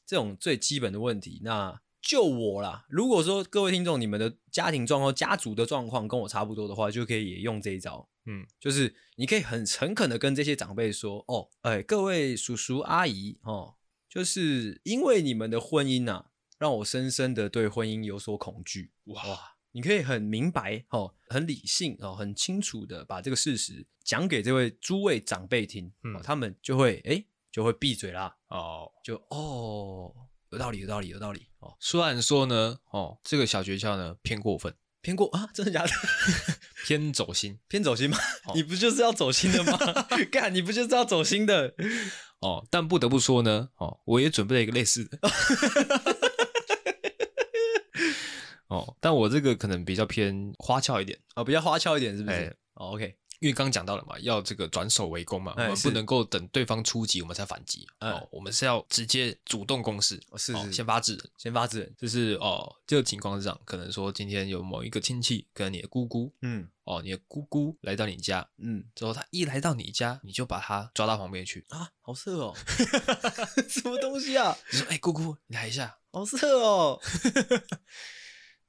B: 这种最基本的问题。那就我啦，如果说各位听众你们的家庭状况、家族的状况跟我差不多的话，就可以也用这一招。
A: 嗯，
B: 就是你可以很诚恳的跟这些长辈说，哦，哎、各位叔叔阿姨，哦，就是因为你们的婚姻啊，让我深深的对婚姻有所恐惧。
A: 哇，
B: 你可以很明白哦，很理性哦，很清楚的把这个事实讲给这位诸位长辈听，
A: 嗯
B: 哦他们就会哎、诶就会闭嘴啦，
A: 哦，
B: 就哦有道理有道理有道理哦，
A: 虽然说呢，哦，这个小诀窍呢偏过分，
B: 偏过啊，真的 <laughs> 假的？
A: 偏走心
B: 偏走心吗？
A: 哦
B: 你不就是要走心的吗？干，你不就是要走心的？
A: 哦，但不得不说呢，哦，我也准备了一个类似的。哦，但我这个可能比较偏花俏一点，
B: 哦，比较花俏一点是不是？
A: 哎
B: 哦，OK，
A: 因为刚讲到了嘛，要这个转守为攻嘛，我
B: 哎
A: 们
B: 是
A: 不能够等对方出击我们才反击，
B: 哎
A: 哦，我们是要直接主动攻势，
B: 哦是
A: 哦
B: 是
A: 先发制人。
B: 先发制人，
A: 就是哦，这个情况是这样，可能说今天有某一个亲戚，可能你的姑姑
B: 嗯
A: 哦，你的姑姑来到你家
B: 嗯
A: 之后，她一来到你家，你就把她抓到旁边去，
B: 啊，好色哦，什么东西啊，
A: 你说：“哎、姑姑，你来一下。
B: 好色哦，” <laughs>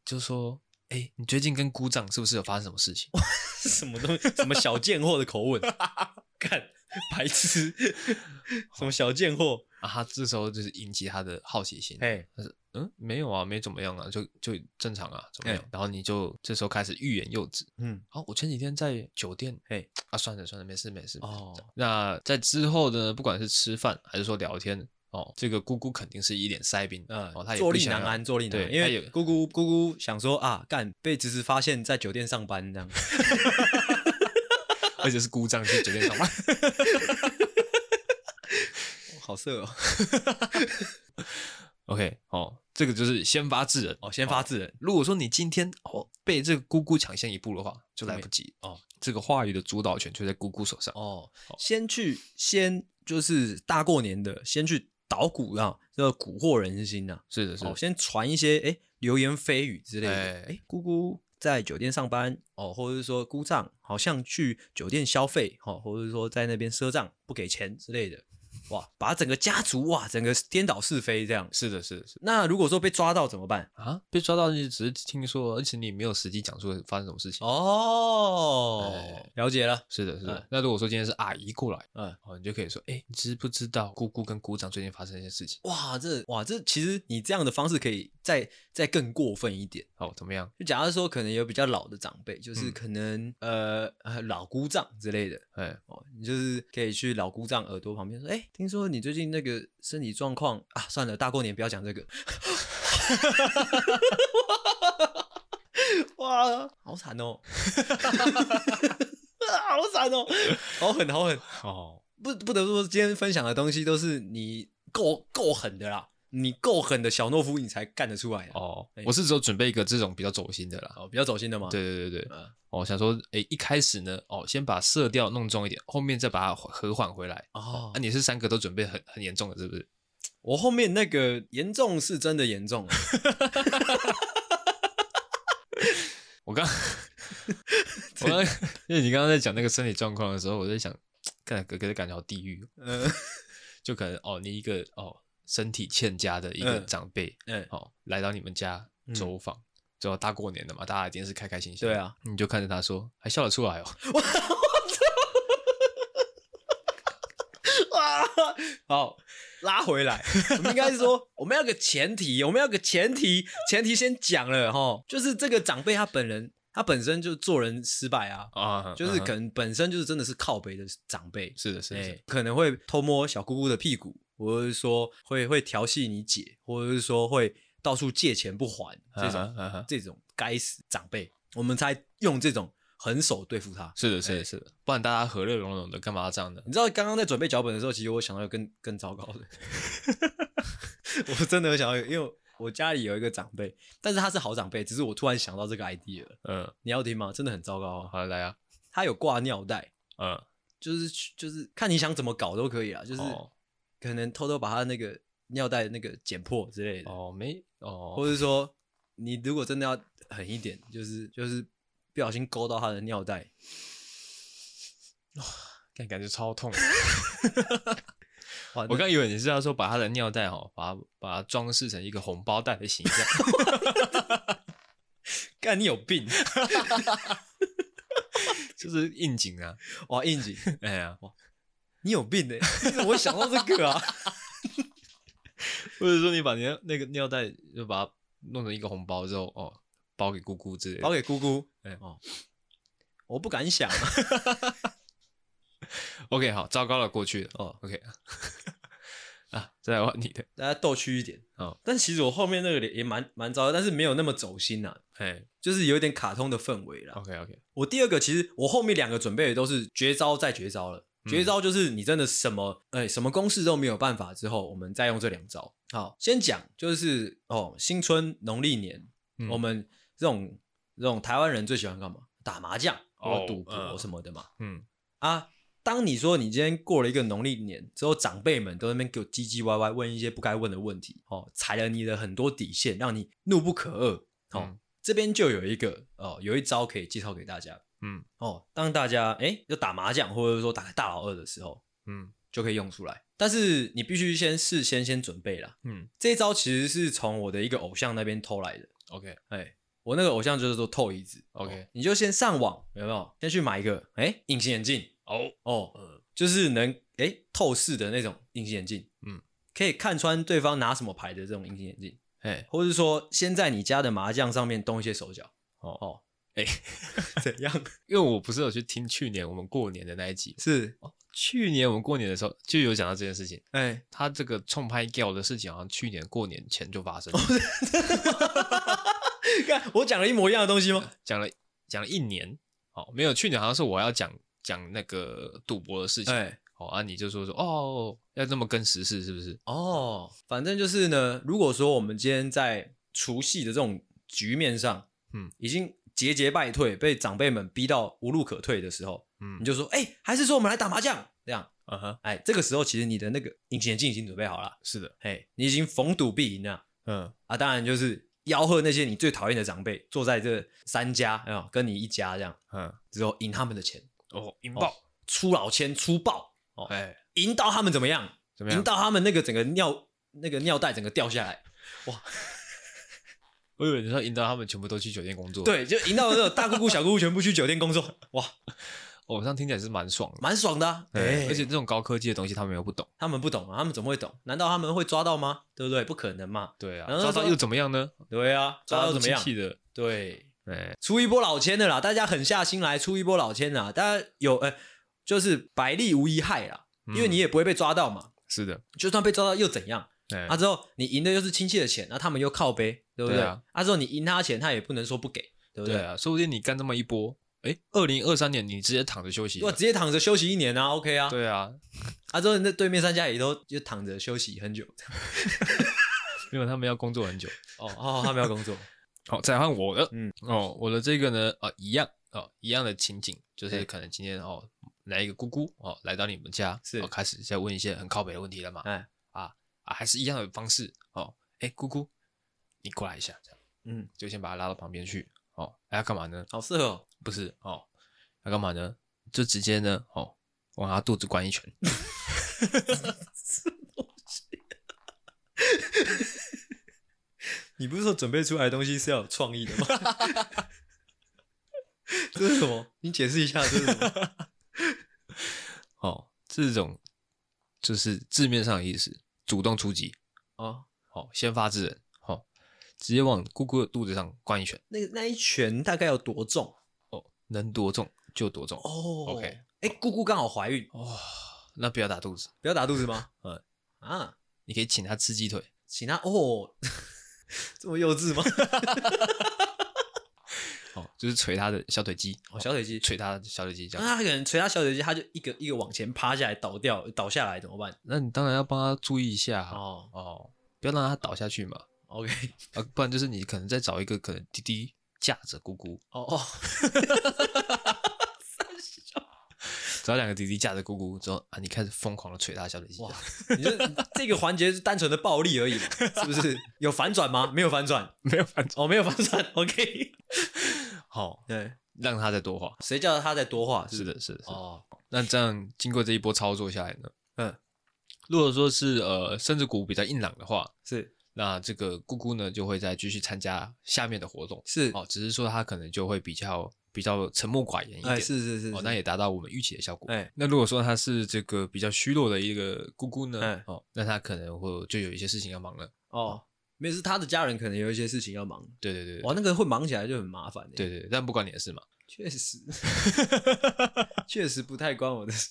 A: 就说：“哎、你最近跟姑丈是不是有发生什么事情
B: 是什么东西？什么小贱货的口吻？干，白痴！ <laughs> 什么小贱货？？”
A: 啊，他这时候就是引起他的好奇心。
B: 哎，
A: 他说：“嗯，没有啊，没怎么样啊，就就正常啊，怎么样？”
B: 哎
A: 然后你就这时候开始欲言又止。
B: 嗯，
A: 好、我前几天在酒店，
B: 嘿，
A: 啊，算了算了，没事没事。没事
B: 哦，
A: 那在之后呢，不管是吃饭还是说聊天，哦，这个姑姑肯定是一脸塞宾，
B: 呃
A: 哦，她，也
B: 坐
A: 不
B: 立
A: 想
B: 难
A: 要
B: 安，坐立难安，
A: 对
B: 因
A: 他也
B: 为姑姑姑姑想说啊，干被侄子发现在酒店上班这样，
A: 而且是姑丈去酒店上班。 <laughs>
B: 好色哦！ <laughs>
A: OK，哦，这个就是先发制人。
B: 哦，先发制人，
A: 如果说你今天哦被这个姑姑抢先一步的话，就来不及
B: 哦。
A: 这个话语的主导权就在姑姑手上。
B: 哦，先去先就是大过年的，先去捣鼓啊，要蛊惑人心呐、
A: 是的，是的。
B: 哦，先传一些哎流言蜚语之类的，
A: 哎
B: 哎、姑姑在酒店上班哦，或者是说姑丈好像去酒店消费哦，或者是说在那边赊账不给钱之类的，哇，把整个家族哇，整个颠倒是非这样。
A: 是的，是的，是的
B: 那如果说被抓到怎么办？
A: 啊！被抓到你只是听说，而且你没有实际讲出发生什么事情。
B: 哦，
A: 哎
B: 了解了，
A: 是的，是的
B: 嗯。
A: 那如果说今天是阿姨过来，
B: 嗯，
A: 哦，你就可以说，哎，你知不知道姑姑跟姑丈最近发生一些事情？
B: 哇，这哇这其实你这样的方式可以再再更过分一点。
A: 哦，怎么样？
B: 就假如说可能有比较老的长辈，就是
A: 嗯
B: 可能、呃呃老姑丈之类的，
A: 哎，
B: 哦，你就是可以去老姑丈耳朵旁边说：“哎、听说你最近那个身体状况啊，算了，大过年不要讲这个。哇”好惨哦！ <laughs> 啊，好惨哦！ <laughs> 好狠，好狠！
A: 哦，
B: 不不得不说，今天分享的东西都是你够够狠的啦，你够狠的小懦夫，你才干得出来啊！
A: 哦
B: 哎，
A: 我是只有准备一个这种比较走心的啦。
B: 哦，比较走心的嘛。
A: 对对对对，
B: 嗯
A: 哦，想说，哎，一开始呢，哦，先把色调弄重一点，后面再把它和缓回来。啊
B: 哦
A: 那、，你是三个都准备很很严重的，是不是？
B: 我后面那个严重是真的严重啊，
A: 我
B: <laughs>
A: 刚，我刚， <laughs> 因为你刚刚在讲那个身体状况的时候，我在想，看哥哥的感觉好地狱哦，
B: 嗯
A: 就可能哦，你一个哦身体欠佳的一个
B: 嗯
A: 长辈，
B: <laughs> 嗯，
A: 哦，来到你们家
B: 嗯
A: 走访。就要大过年的嘛，大家一定是开开心心。
B: 对啊，
A: 你就看着他说，还笑得出来哦。
B: 啊，好，拉回来，我们应该是说，我们要有个前提，我们要有个前提，前提先讲了哈，就是这个长辈他本人，他本身就做人失败啊，
A: <laughs> 啊，
B: 就是
A: 嗯
B: 可能本身就是真的是靠北的长辈，
A: 是的，是的，是的
B: 哎可能会偷摸小姑姑的屁股，或者是说会会调戏你姐，或者是说会到处借钱不还这种、
A: 啊哈啊哈
B: 这种该死长辈，我们才用这种狠手对付他。
A: 是的，是的，是的，不然大家和乐融融的，干嘛要这样呢？
B: 你知道刚刚在准备脚本的时候，其实我想到更更糟糕的，我真的有想到，因为我家里有一个长辈，但是他是好长辈，只是我突然想到这个 idea 了
A: 嗯，
B: 你要听吗？真的很糟糕啊！
A: 好来啊，
B: 他有挂尿袋，
A: 嗯，
B: 就是就是看你想怎么搞都可以啊，就是
A: 哦
B: 可能偷偷把他那个尿袋那个剪破之类的，
A: 哦没
B: 或
A: 哦，
B: 者说你如果真的要狠一点，就是就是不小心勾到他的尿袋，
A: 感感觉超痛。<laughs>
B: 哇
A: 我刚以为你是要说把他的尿袋哦，把它把它装饰成一个红包袋的形象。 <laughs>
B: 干你有病！
A: 就是应景
B: <laughs>
A: 啊，
B: 哇，应景，
A: 哎呀，
B: 你有病哎、你怎么会想到这
A: <laughs>
B: 个啊？
A: 或者说你把你的那个尿袋就把它弄成一个红包之后，哦，包给姑姑之类的，
B: 包给姑姑，
A: 哎
B: 哦，我不敢想啊
A: OK，好，糟糕了，过去了
B: 哦，
A: ，OK，啊，再来换你的，
B: 大家逗趣一点
A: 哦。
B: 但其实我后面那个也蛮蛮糟的，但是没有那么走心啦、
A: 哎
B: 就是有一点卡通的氛围啦。
A: ，OK OK，
B: 我第二个其实我后面两个准备的都是绝招再绝招了。
A: 嗯
B: 绝招就是你真的什么哎、什么公式都没有办法之后，我们再用这两招。好，先讲就是哦，新春农历年，
A: 嗯
B: 我们这种这种台湾人最喜欢干嘛？打麻将
A: 哦
B: 或者赌博
A: 嗯
B: 什么的嘛。
A: 嗯，
B: 啊，当你说你今天过了一个农历年之后，长辈们都在那边给我唧唧歪歪，问一些不该问的问题，哦，踩了你的很多底线，让你怒不可遏。哦，
A: 嗯
B: 这边就有一个哦，有一招可以介绍给大家。
A: 嗯，
B: 哦，当大家哎要打麻将或者说打大老二的时候，
A: 嗯
B: 就可以用出来。但是你必须先事先先准备啦。
A: 嗯
B: 这一招其实是从我的一个偶像那边偷来的。
A: ，OK，
B: 哎，我那个偶像就是说透椅子。
A: OK
B: 哦你就先上网有没有？先去买一个哎隐形眼镜。
A: 哦，
B: 哦，
A: 嗯
B: 就是能诶透视的那种隐形眼镜，
A: 嗯，
B: 可以看穿对方拿什么牌的这种隐形眼镜，
A: 哎，
B: 或是说先在你家的麻将上面动一些手脚，
A: 哦，
B: 哦，
A: 哎
B: <laughs> 怎样？
A: 因为我不是有去听去年我们过年的那一集，
B: 是
A: 去年我们过年的时候就有讲到这件事情，
B: <laughs> 哎、
A: 他这个冲拍掉的事情好像去年过年前就发生
B: 哦
A: 了，
B: 看我讲了一模一样的东西吗？
A: 讲了讲了一年，哦，没有，去年好像是我要讲讲那个赌博的事情
B: 哎、，
A: 哦，啊，你就说说哦，要这么跟时事是不是？
B: 哦，反正就是呢，如果说我们今天在除夕的这种局面上，
A: 嗯，
B: 已经节节败退，被长辈们逼到无路可退的时候，
A: 嗯
B: 你，就说，哎、还是说我们来打麻将这样。
A: 嗯哼，
B: 哎，这个时候其实你的那个隐形眼镜已经准备好了，
A: 是的，
B: 哎，你已经逢赌必赢了
A: 嗯
B: 啊！当然就是吆喝那些你最讨厌的长辈坐在这三家啊，有没有跟你一家这样，
A: 嗯，
B: 之后赢他们的钱，
A: 哦，引
B: 爆，出老千出爆哦，
A: 哎，
B: 赢到他们怎么样？
A: 怎么样
B: 赢？到他们那个整个尿那个尿袋整个掉下来，
A: 我以为你说引导他们全部都去酒店工作，，
B: 对，就赢到那种大姑姑小姑姑全部去酒店工作， <laughs> 哇，
A: 哦，这样听起来是蛮爽的，
B: 蛮爽的、啊。
A: 哎，
B: 哎，
A: 而且这种高科技的东西他们又不懂，
B: 他们不懂啊，他们怎么会懂？难道他们会抓到吗？对不对？不可能嘛。
A: 对啊，
B: 然后
A: 抓
B: 他
A: 到
B: 说
A: 又怎么样呢？
B: 对啊，嗯抓到怎么样
A: 机？器的，
B: 对，
A: 哎，
B: 出一波老千的啦，大家狠下心来出一波老千啦，大家有呃，就是百利无一害啦，因为
A: 嗯
B: 你也不会被抓到嘛，
A: 是的，
B: 就算被抓到又怎样？
A: 哎
B: 啊，，之后你赢的又是亲戚的钱，那、他们又靠背，对不对？
A: 对啊，
B: 之后你赢他的钱，他也不能说不给，对不
A: 对
B: 对？
A: 啊，说不定你干这么一波，哎，二零二三年你直接躺着休息
B: 我、，直接躺着休息一年啊，OK 啊，
A: 对啊，
B: 啊，之后那对面三家也都就躺着休息很久，
A: 因为他们要工作很久。
B: <laughs> 哦哦，他们要工作，
A: <laughs> 好，再换我的，
B: 嗯，
A: 哦，我的这个呢，啊、一样，哦，一样的情景，就是
B: 对
A: 可能今天哦，来一个姑姑哦，来到你们家，
B: 是
A: 哦、开始在问一些很靠北的问题了嘛，
B: 哎，
A: 啊，还是一样的方式，哦，哎，姑姑，你过来一下，这样，
B: 嗯，
A: 就先把他拉到旁边去，哦，哎要干嘛呢？
B: 好适合、哦，
A: 不是，哦，要干嘛呢？就直接呢，哦，往他肚子灌一拳，
B: 你不是说准备出来的东西是要有创意的吗？ <laughs> 这是什么？你解释一下，这是什 <laughs> 么？
A: 哦，这种就是字面上的意思，主动出击，
B: 哦，
A: 哦，先发制人，哦，直接往姑姑的肚子上灌一拳。
B: 那那一拳大概有多重？
A: 哦，能多重就多重。
B: 哦
A: OK
B: 哎、姑姑刚好怀孕，
A: 哦，那不要打肚子，
B: 不要打肚子吗？
A: 嗯
B: 啊，
A: 你可以请他吃鸡腿，
B: 请她哦， <laughs> 这么幼 <laughs> 稚吗？
A: 哦，就是捶他的小腿肌，
B: 哦，小腿肌，
A: 捶他的小腿肌这
B: 那
A: 样。
B: 他可能捶她小腿肌，她就一个一个往前趴下来倒掉，倒下来怎么办？
A: 那你当然要帮他注意一下啊
B: 哦
A: 哦，不要让他倒下去嘛。
C: OK，
A: 啊，不然就是你可能再找一个可能滴滴架着姑姑，
C: 哦哦，
A: 找两个滴滴架着姑姑之后啊，你开始疯狂的捶她小腿肌
B: 哇 <laughs> 你这这个环节是单纯的暴力
A: <laughs>
B: 而已嘛，是不是？有反转吗？没有反转，
A: 没有反正
B: 哦，没有反转。OK， <laughs>
A: 好，
B: 对，
A: 哦让她再多花。
B: 谁叫他在多话？
A: 是
B: 的，
A: 的，是的，是的。
B: 哦，
A: 那这样经过这一波操作下来呢，
B: 嗯，
A: 如果说是呃身子骨比较硬朗的话，
B: 是
A: 那这个姑姑呢就会再继续参加下面的活动，
B: 是，哎
A: 哦，只是说她可能就会比较比较沉默寡言一点，
B: 哎，是是是，
A: 哦，
B: 是
A: 那也达到我们预期的效果。
B: 哎
A: 那如果说她是这个比较虚弱的一个姑姑呢，
B: 哎
A: 哦，那她可能会就有一些事情要忙了。
B: 哦，没有是他的家人可能有一些事情要忙，
A: 对对对，对
B: 哇，那个会忙起来就很麻烦欸
A: 对对，对但不关你的事嘛。
B: 确
A: <laughs>
B: 实，确实不太关我的事。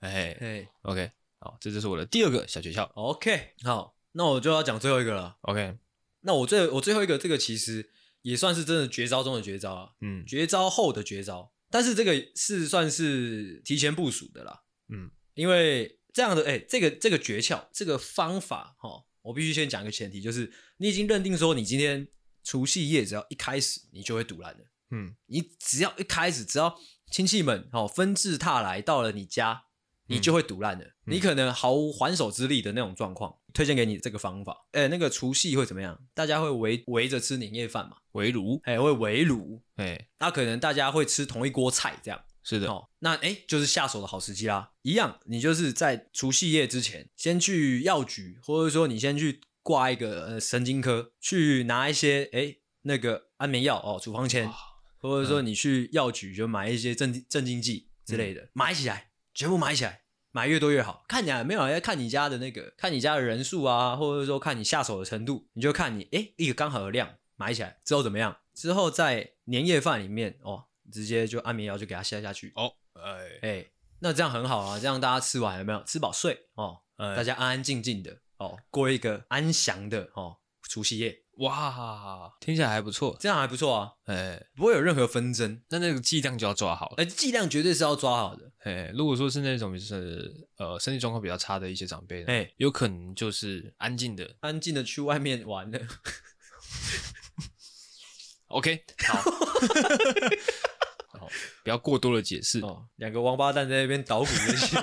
A: 哎
B: 哎
A: ，OK，好，这就是我的第二个小诀窍。
B: ，OK，好，那我就要讲最后一个了。
A: OK，
B: 那我最我最后一个这个其实也算是真的绝招中的绝招啊，
A: 嗯
B: 绝招后的绝招，但是这个是算是提前部署的啦。
A: 嗯，
B: 因为这样的哎、这个这个诀窍，这个方法哈，我必须先讲一个前提，就是你已经认定说你今天除夕夜只要一开始你就会堵烂的，
A: 嗯
B: 你只要一开始只要亲戚们哦纷至沓来到了你家，你就会堵烂了，你可能毫无还手之力的那种状况。推荐给你这个方法，哎、那个除夕会怎么样？大家会围围着吃年夜饭嘛？
A: 围炉，
B: 哎、会围炉，
A: 哎，
B: 那可能大家会吃同一锅菜这样。
A: 是的，
B: 哦，那哎，就是下手的好时机啦。一样，你就是在除夕夜之前，先去药局，或者说你先去挂一个呃神经科，去拿一些哎那个安眠药哦，处方签，或者说你去药局就买一些镇镇静剂之类的，买起来，全部买起来。买越多越好，看你啊，没有人要看你家的那个，看你家的人数啊，或者说看你下手的程度，你就看你哎、诶一个刚好的量买起来之后怎么样？之后在年夜饭里面哦，直接就安眠药就给它下下去，
A: 哦，哎，
B: 哎、那这样很好啊，这样大家吃完有没有吃饱睡哦？
A: 哎
B: 大家安安静静的哦，过一个安详的哦除夕夜，
A: 哇，听起来还不错。
B: 这样还不错啊，
A: 哎，
B: 不会有任何纷争，
A: 那那个剂量就要抓好了。
B: 而剂量绝对是要抓好的。
A: 哎，如果说是那种就是呃身体状况比较差的一些长辈呢，
B: 哎
A: 有可能就是安静的。
B: 安静的去外面玩了， <laughs>
A: OK，好，好不要过多的解释。
B: 哦，两个王八蛋在那边捣鼓那些，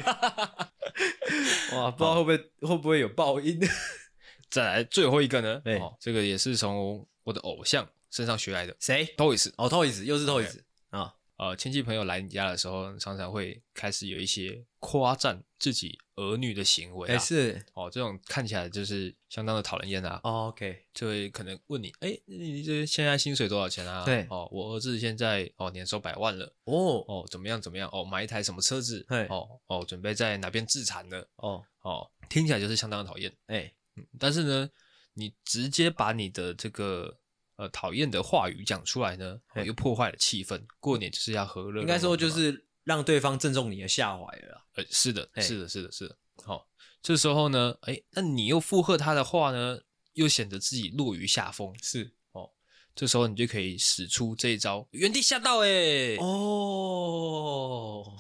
B: 哇，不知道会不会会不会有报应？ <laughs>
A: 再来最后一个呢，
B: 哎
A: 哦，这个也是从我的偶像身上学来的
B: 谁？
A: ，Toys。
B: 哦，透椅子，又是透椅子啊！
A: 哎呃，亲戚朋友来你家的时候，常常会开始有一些夸赞自己儿女的行为
B: 哎，
A: 啊，
B: 是
A: 哦，这种看起来就是相当的讨人厌啊。
B: 哦，OK，
A: 就会可能问你，哎，你这现在薪水多少钱啊？
B: 对
A: 哦，我儿子现在哦年收百万了，
B: 哦
A: 哦，怎么样怎么样？哦，买一台什么车子
B: 嘿？
A: 哦哦，准备在哪边自产呢？
B: 哦，
A: 哦，听起来就是相当的讨厌。
B: 哎，
A: 嗯，但是呢，你直接把你的这个呃讨厌的话语讲出来呢，哦
B: 嘿
A: 又破坏了气氛。过年就是要和乐融融的嘛，
B: 应该说就是让对方正中你的下怀了啊啦。
A: 呃，是的，
B: 嘿
A: 是的，是的，是的。好、这时候呢，哎，那你又附和他的话呢，又显得自己落于下风。是哦，这时候你就可以使出这一招，原地吓到哎、
B: 哦，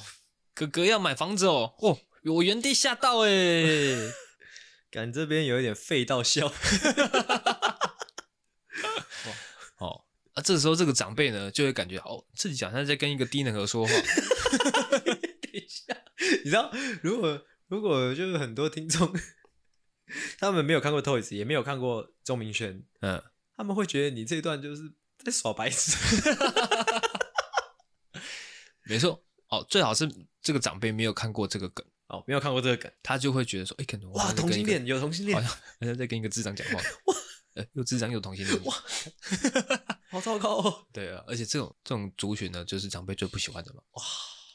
A: 哥哥要买房子哦，哦，我原地吓到哎、
B: <laughs> <laughs> 感这边有一点废到笑。 <laughs>
A: 哦，啊，这时候这个长辈呢，就会感觉哦，自己好像在跟一个低能儿说话。
B: 你知道，如果如果就是很多听众， <laughs> 他们没有看过 Toys，也没有看过钟明轩，
A: 嗯，
B: 他们会觉得你这段就是在耍白痴。 <laughs>
A: 没错。哦，最好是这个长辈没有看过这个梗，
B: 哦，没有看过这个梗。
A: 他就会觉得说，哎，可能我好
B: 哇，
A: 像在
B: 同
A: 跟一
B: 性
A: 个
B: 恋有同性
A: 好
B: 恋
A: 像，好像在跟一个智障讲话。哇，呃，又智障又同性恋。哇，
B: 好糟糕哦。 <laughs>
A: 对啊，而且这种这种族群呢，就是长辈最不喜欢的嘛，哇，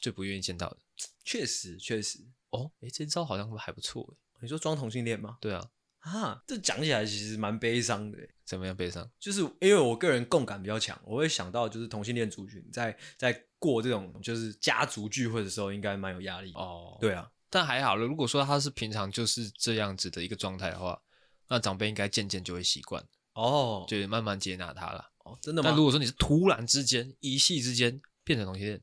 A: 最不愿意见到的。
B: 确实，确实。
A: 哦，诶，这招好像还不错诶。
B: 你说装同性恋吗？
A: 对啊，
B: 啊，这讲起来其实蛮悲伤的耶。欸
A: 怎么样悲伤？
B: 就是因为我个人共感比较强，我会想到就是同性恋族群在在过这种就是家族聚会的时候，应该蛮有压力。哦，
A: 哦，，
B: 对啊，
A: 但还好了。如果说他是平常就是这样子的一个状态的话，那长辈应该渐渐就会习惯，
B: 哦，
A: 就慢慢接纳他了。
B: 哦真的吗
A: 但？如
B: <laughs>
A: 果说你是突然之间一夕之间变成同性恋，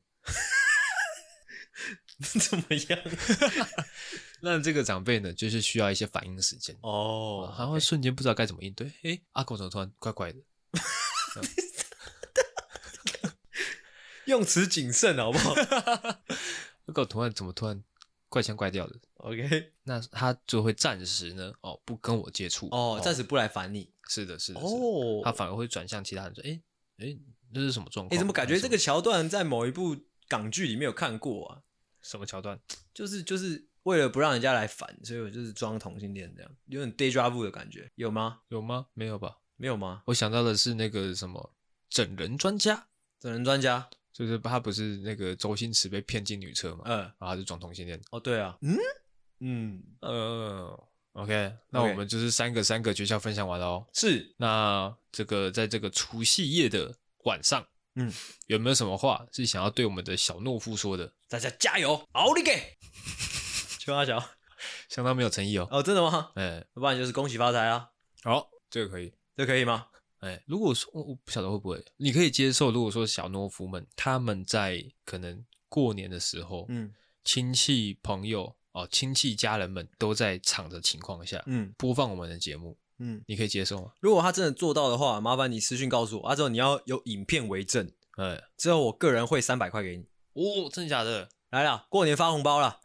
B: 怎么样？
A: 那这个长辈呢，就是需要一些反应时间，
B: 哦
A: 他会瞬间不知道该怎么应对。诶，阿狗怎么突然怪怪的？
B: 用词谨慎好
A: <laughs>
B: 不好
A: 阿狗突然怎么突然怪腔怪调的？
B: ？OK，
A: 那他就会暂时呢，哦，不跟我接触。
B: 哦，暂时不来烦你。
A: 是的，是的，是的
B: 哦
A: 他反而会转向其他人说，诶，诶，这是什么状况？
B: 你怎么感觉这个
A: 什
B: 桥段在某一部港剧里面有看过啊？
A: 什么桥段？
B: 就是就是为了不让人家来烦，所以我就是装同性恋这样，有点 deja vu 的感觉，有吗？
A: 有吗？没有吧？
B: 没有吗？
A: 我想到的是那个什么整人专家，
B: 整人专家，
A: 就是他不是那个周星驰被骗进女厕嘛，
B: 呃，
A: 然后他就装同性恋。
B: 哦，对啊，嗯嗯，
A: 呃，OK，那我
B: OK
A: 们就是三个三个诀窍分享完了哦。
B: 是
A: 那这个在这个除夕夜的晚上，
B: 嗯，
A: 有没有什么话是想要对我们的小懦夫说的？
B: 大家加油，奥利 <laughs> 给！求阿小
A: 相当没有诚意哦。
B: 哦，真的吗？
A: 哎，
B: 要不然就是恭喜发财啊，
A: 好，这个可以。
B: 这可以吗？
A: 哎，如果说我我不晓得会不会，你可以接受。如果说小懦夫们他们在可能过年的时候，
B: 嗯
A: 亲戚朋友哦，亲戚家人们都在场的情况下，
B: 嗯
A: 播放我们的节目，
B: 嗯，
A: 你可以接受吗？
B: 如果他真的做到的话，麻烦你私信告诉我，啊，之后你要有影片为证，
A: 哎，
B: 之后我个人汇三百块给你。
A: 哦，真的假的？
B: 来啦，过年发红包 <laughs> 啦，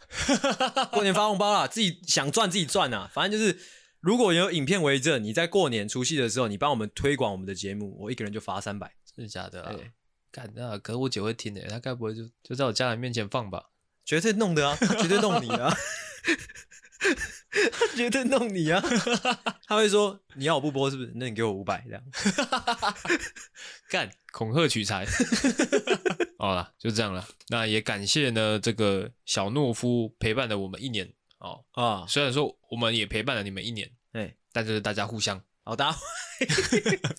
B: 过年发红包啦，自己想赚自己赚啦，反正就是。如果有影片为证，你在过年除夕的时候，你帮我们推广我们的节目，我一个人就罚三百。
A: 真的假的啊
B: 哎？
A: 干那、可是我姐会听的、她该不会就就在我家人面前放吧？
B: 绝对弄的啊，绝对弄你的啊， <laughs> 他绝对弄你啊！他会说你要我不播是不是？那你给我五百这样。
A: 干，恐吓取 <laughs> 材。好啦，就这样了。那也感谢呢，这个小懦夫陪伴了我们一年哦。
B: 啊，
A: 虽然说我们也陪伴了你们一年，
B: 哎，
A: 但就是大家互相
B: 好大家
A: 大家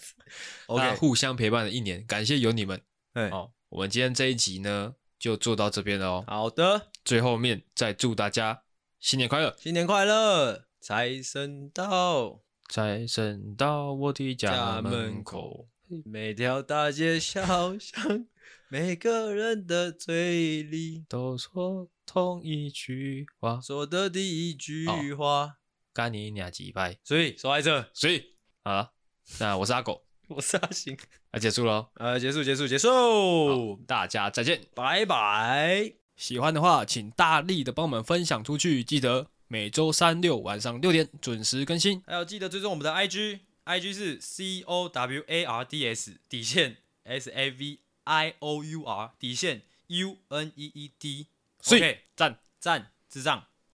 B: ，OK，
A: 互相陪伴了一年，感谢有你们
B: 哎，
A: 哦。我们今天这一集呢，就做到这边了哦。
B: 好的，
A: 最后面再祝大家新年快乐，
B: 新年快乐，财神到，
A: 财神到我的
B: 家
A: 家
B: 门
A: 门
B: 口
A: 口。
B: 每条大街小巷，每个人的嘴里
A: 都说同一句话，
B: 说的第一句话。
A: 干你娘几拜。
B: 所以说在这，
A: 所以好了，那我是阿狗，
B: 我是阿行，
A: 那结束喽，
B: 呃，结束，结束，结
A: 哦
B: 束，，
A: 大家再见。
B: 拜拜。
A: 喜欢的话，请大力的帮我们分享出去，记得每周三六晚上六点准时更新。
B: 还有记得追踪我们的 IG，IG 是 C O W A R D S 底线 S A V I O U R 底线 U N E E D。
A: 所以
B: OK，
A: 赞。
B: 赞，智障。